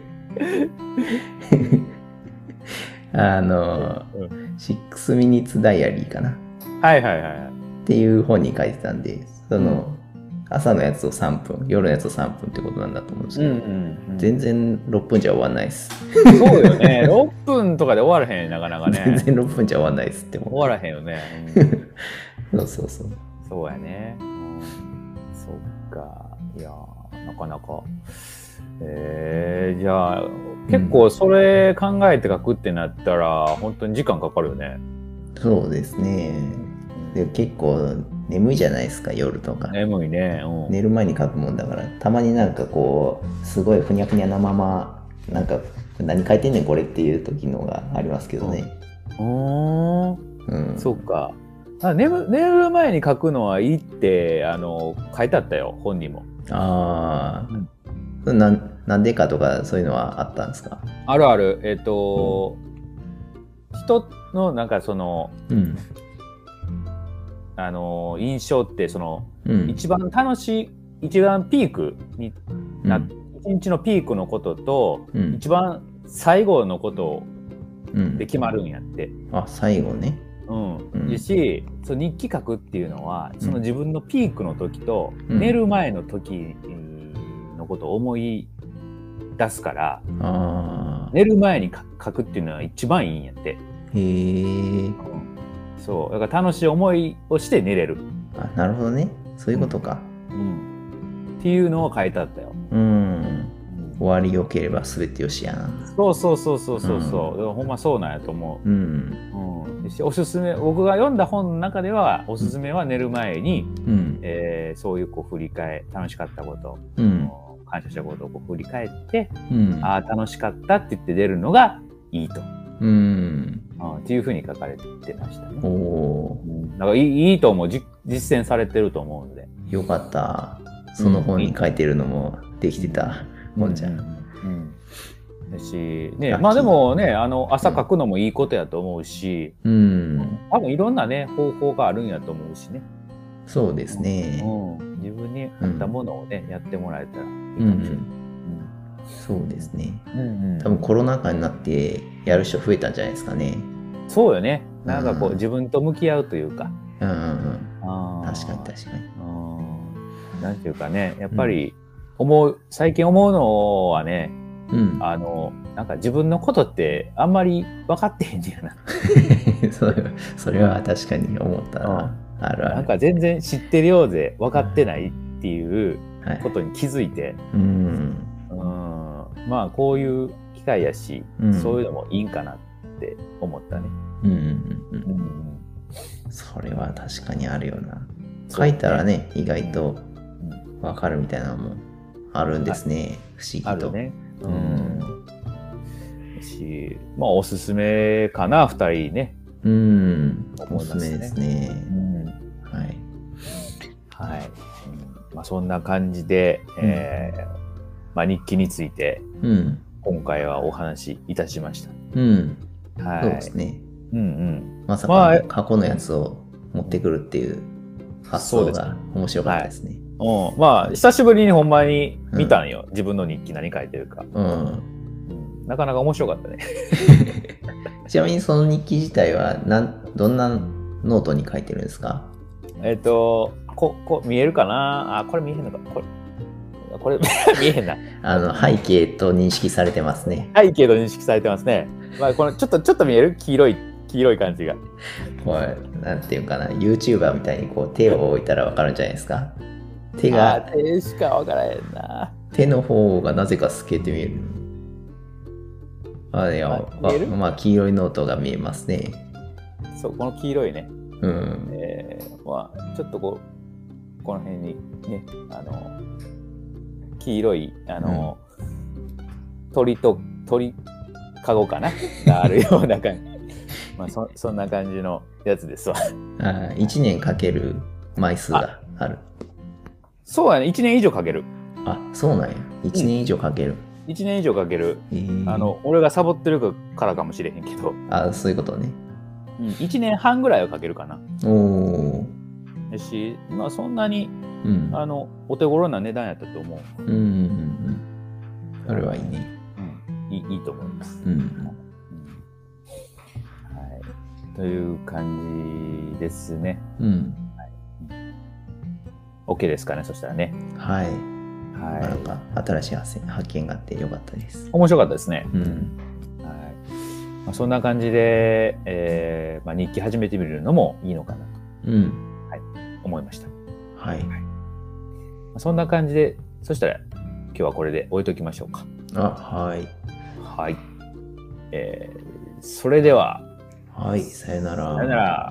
[SPEAKER 2] あの、シックスミニッツダイアリーかなっ
[SPEAKER 1] はいはいはいはい。
[SPEAKER 2] ていう本に書いてたんで、その、朝のやつを3分、夜のやつを3分ってことなんだと思うんですけど、
[SPEAKER 1] ん
[SPEAKER 2] 全然6分じゃ終わんないです。
[SPEAKER 1] そうよね。6分とかで終わらへん、なかなか
[SPEAKER 2] 全
[SPEAKER 1] ね。
[SPEAKER 2] 然6分じゃ終わんないですって思う。
[SPEAKER 1] 終わらへんよね。うん
[SPEAKER 2] そうそうそう。
[SPEAKER 1] そうやね。うんそっか。いやー、なかなか。えー、じゃあ、結構それ考えて書くってなったら、本当に時間かかるよね。
[SPEAKER 2] そうですね。で結構眠いじゃないですか、夜とか。
[SPEAKER 1] 眠いね。うん
[SPEAKER 2] 寝る前に書くもんだからたまになんかこうすごいふにゃふにゃなままなんか何書いてんねんこれっていう時のがありますけどね、
[SPEAKER 1] うーん。
[SPEAKER 2] うん
[SPEAKER 1] そうか。あ眠寝る前に書くのはいいってあの書いてあったよ、本にも。
[SPEAKER 2] あ
[SPEAKER 1] うん
[SPEAKER 2] あ、ななんでかとかそういうのはあったんですか
[SPEAKER 1] あるある。えっ、と、人のなんかその、
[SPEAKER 2] うん、
[SPEAKER 1] あの印象ってその、
[SPEAKER 2] うん、
[SPEAKER 1] 一番楽しい、一番ピークに、な一日のピークのことと、
[SPEAKER 2] うん
[SPEAKER 1] 一番最後のこと
[SPEAKER 2] うん
[SPEAKER 1] で決まるんやって。
[SPEAKER 2] あ最後ね
[SPEAKER 1] うん。
[SPEAKER 2] うん
[SPEAKER 1] ですし、その日記書くっていうのは、その自分のピークの時と、
[SPEAKER 2] うん
[SPEAKER 1] 寝る前の時のことを思い出すから、
[SPEAKER 2] ああ
[SPEAKER 1] 寝る前に書書くっていうのは一番いいんやって。
[SPEAKER 2] へえ
[SPEAKER 1] そう。だから楽しい思いをして寝れる。
[SPEAKER 2] あなるほどねそういうことか
[SPEAKER 1] うん。っていうのを書いてあったよ。
[SPEAKER 2] うん終わりよければ全てよしやな。
[SPEAKER 1] そうそうそうそうそうそう、でもほんまそうなんやと思
[SPEAKER 2] うん。
[SPEAKER 1] う、うん、しおすすめ僕が読んだ本の中ではおすすめは寝る前に、
[SPEAKER 2] うん。
[SPEAKER 1] えーそういうこう振り返楽しかったこと、
[SPEAKER 2] うん。
[SPEAKER 1] 感謝したことをこう振り返って、
[SPEAKER 2] うん。
[SPEAKER 1] ああ楽しかったって言って出るのがいいと、
[SPEAKER 2] うん。
[SPEAKER 1] うん、っていうふうに書かれてましたね
[SPEAKER 2] お。お
[SPEAKER 1] うんだからいいいいと思うじ実践されてると思うので。
[SPEAKER 2] ー、よかった。その本に書いてるのもできてた。もんじゃん。
[SPEAKER 1] うんだし、
[SPEAKER 2] ラッキ
[SPEAKER 1] ね、
[SPEAKER 2] ー
[SPEAKER 1] まあでもね、あの、朝書くのもいいことやと思うし、
[SPEAKER 2] うん。
[SPEAKER 1] 多分いろんなね、方法があるんやと思うしね。
[SPEAKER 2] そうですね。
[SPEAKER 1] うん、自分に合ったものをね、やってもらえたらいいか
[SPEAKER 2] う
[SPEAKER 1] もしれない。
[SPEAKER 2] ん。そうですね。
[SPEAKER 1] うんうん
[SPEAKER 2] 多分コロナ禍になってやる人増えたんじゃないですかね。
[SPEAKER 1] そうよね。なんかこ
[SPEAKER 2] う
[SPEAKER 1] う、
[SPEAKER 2] ん
[SPEAKER 1] 自分と向き合うというか。
[SPEAKER 2] うんうん
[SPEAKER 1] あ
[SPEAKER 2] うん。
[SPEAKER 1] ー
[SPEAKER 2] 確かに確かに。
[SPEAKER 1] うんなんていうかね、やっぱり思う、最近思うのはね、
[SPEAKER 2] うん。
[SPEAKER 1] あの、なんか自分のことってあんまり分かってへんねやな。
[SPEAKER 2] それはそれは確かに思ったな。あるあ
[SPEAKER 1] なん
[SPEAKER 2] る。
[SPEAKER 1] か全然知ってるようで分かってないっていう
[SPEAKER 2] はい
[SPEAKER 1] こ。とに気づいて、
[SPEAKER 2] うん。
[SPEAKER 1] うん、まあこういう機会やし、
[SPEAKER 2] うん
[SPEAKER 1] そういうのもいいんかなって思ったね。
[SPEAKER 2] うんうんうんうん。それは確かにあるよな。書いたらね、意外とわかるみたいなのもあるんですね。不思議と。
[SPEAKER 1] あるね。
[SPEAKER 2] う
[SPEAKER 1] うん
[SPEAKER 2] ん。
[SPEAKER 1] し、まあおすすめかな、二人ね。
[SPEAKER 2] うん。お
[SPEAKER 1] 思いますね
[SPEAKER 2] すすめですね。はい。
[SPEAKER 1] はい。まあそんな感じで、えーまあ日記について
[SPEAKER 2] うん。
[SPEAKER 1] 今回はお話しいたしまし
[SPEAKER 2] うん。
[SPEAKER 1] た。はい。
[SPEAKER 2] そうですね。
[SPEAKER 1] うんうん。
[SPEAKER 2] まさ
[SPEAKER 1] まあ
[SPEAKER 2] か過去のやつを持ってくるっていう発
[SPEAKER 1] そ
[SPEAKER 2] 想
[SPEAKER 1] うですね
[SPEAKER 2] が面白かったですね。
[SPEAKER 1] うん、まあ久しぶりにほんまに見たんよ、自分の日記何書いてるか、
[SPEAKER 2] うん。
[SPEAKER 1] なかなか面白かったね
[SPEAKER 2] ちなみにその日記自体はなんどんなノートに書いてるんですか
[SPEAKER 1] えっとここ見えるかなあこれ見えへんのかこれこれ 見えへんな
[SPEAKER 2] あの背景と認識されてますね。
[SPEAKER 1] 背景と認識されてますね、まあ、このちょっとちょっと見える黄色い黄色い感じが
[SPEAKER 2] こうなんていうかな YouTuber みたいにこう手を置いたらわかるんじゃないですか手
[SPEAKER 1] あ
[SPEAKER 2] が
[SPEAKER 1] 手しかわからへんな
[SPEAKER 2] 手の方がなぜか透けて見える。あいや
[SPEAKER 1] あ
[SPEAKER 2] わ
[SPEAKER 1] 見える
[SPEAKER 2] まあ黄色いノートが見えますね。
[SPEAKER 1] そうこの黄色いね、
[SPEAKER 2] うん。
[SPEAKER 1] えーまあちょっとこうこの辺にねあの黄色いあの、鳥と鳥かごかながあるような感じ まあそそんな感じのやつですわ
[SPEAKER 2] あ1年かける枚数がある。
[SPEAKER 1] そうやね1年以上かける
[SPEAKER 2] あそうなんや。1年以上かける。
[SPEAKER 1] 1年以上かける
[SPEAKER 2] えー
[SPEAKER 1] あの俺がサボってるからかもしれへんけど、
[SPEAKER 2] あそういうことね。
[SPEAKER 1] うん、1年半ぐらいはかけるかな
[SPEAKER 2] おおー。
[SPEAKER 1] やしまあそんなに
[SPEAKER 2] うん。
[SPEAKER 1] あのお手頃な値段やったと思う、
[SPEAKER 2] うんうんうんうん。それはいいね。
[SPEAKER 1] うん、いいいいと思います
[SPEAKER 2] うん。
[SPEAKER 1] はい、という感じですね。
[SPEAKER 2] うん。
[SPEAKER 1] OK ですかね、そしたらね。
[SPEAKER 2] はい。な
[SPEAKER 1] は
[SPEAKER 2] んか新しい発見発見があってよかったです
[SPEAKER 1] い、。面白かったですね。
[SPEAKER 2] うん。
[SPEAKER 1] はいまあ、そんな感じで、えーまあ、日記始めてみるのもいいのかなと
[SPEAKER 2] うん。
[SPEAKER 1] 思いました。ま
[SPEAKER 2] はい。
[SPEAKER 1] あそんな感じで、そしたら今日はこれで置いときましょうか。
[SPEAKER 2] あはい。
[SPEAKER 1] はい。えーそれでは、
[SPEAKER 2] はい。さよなら。
[SPEAKER 1] さよなら。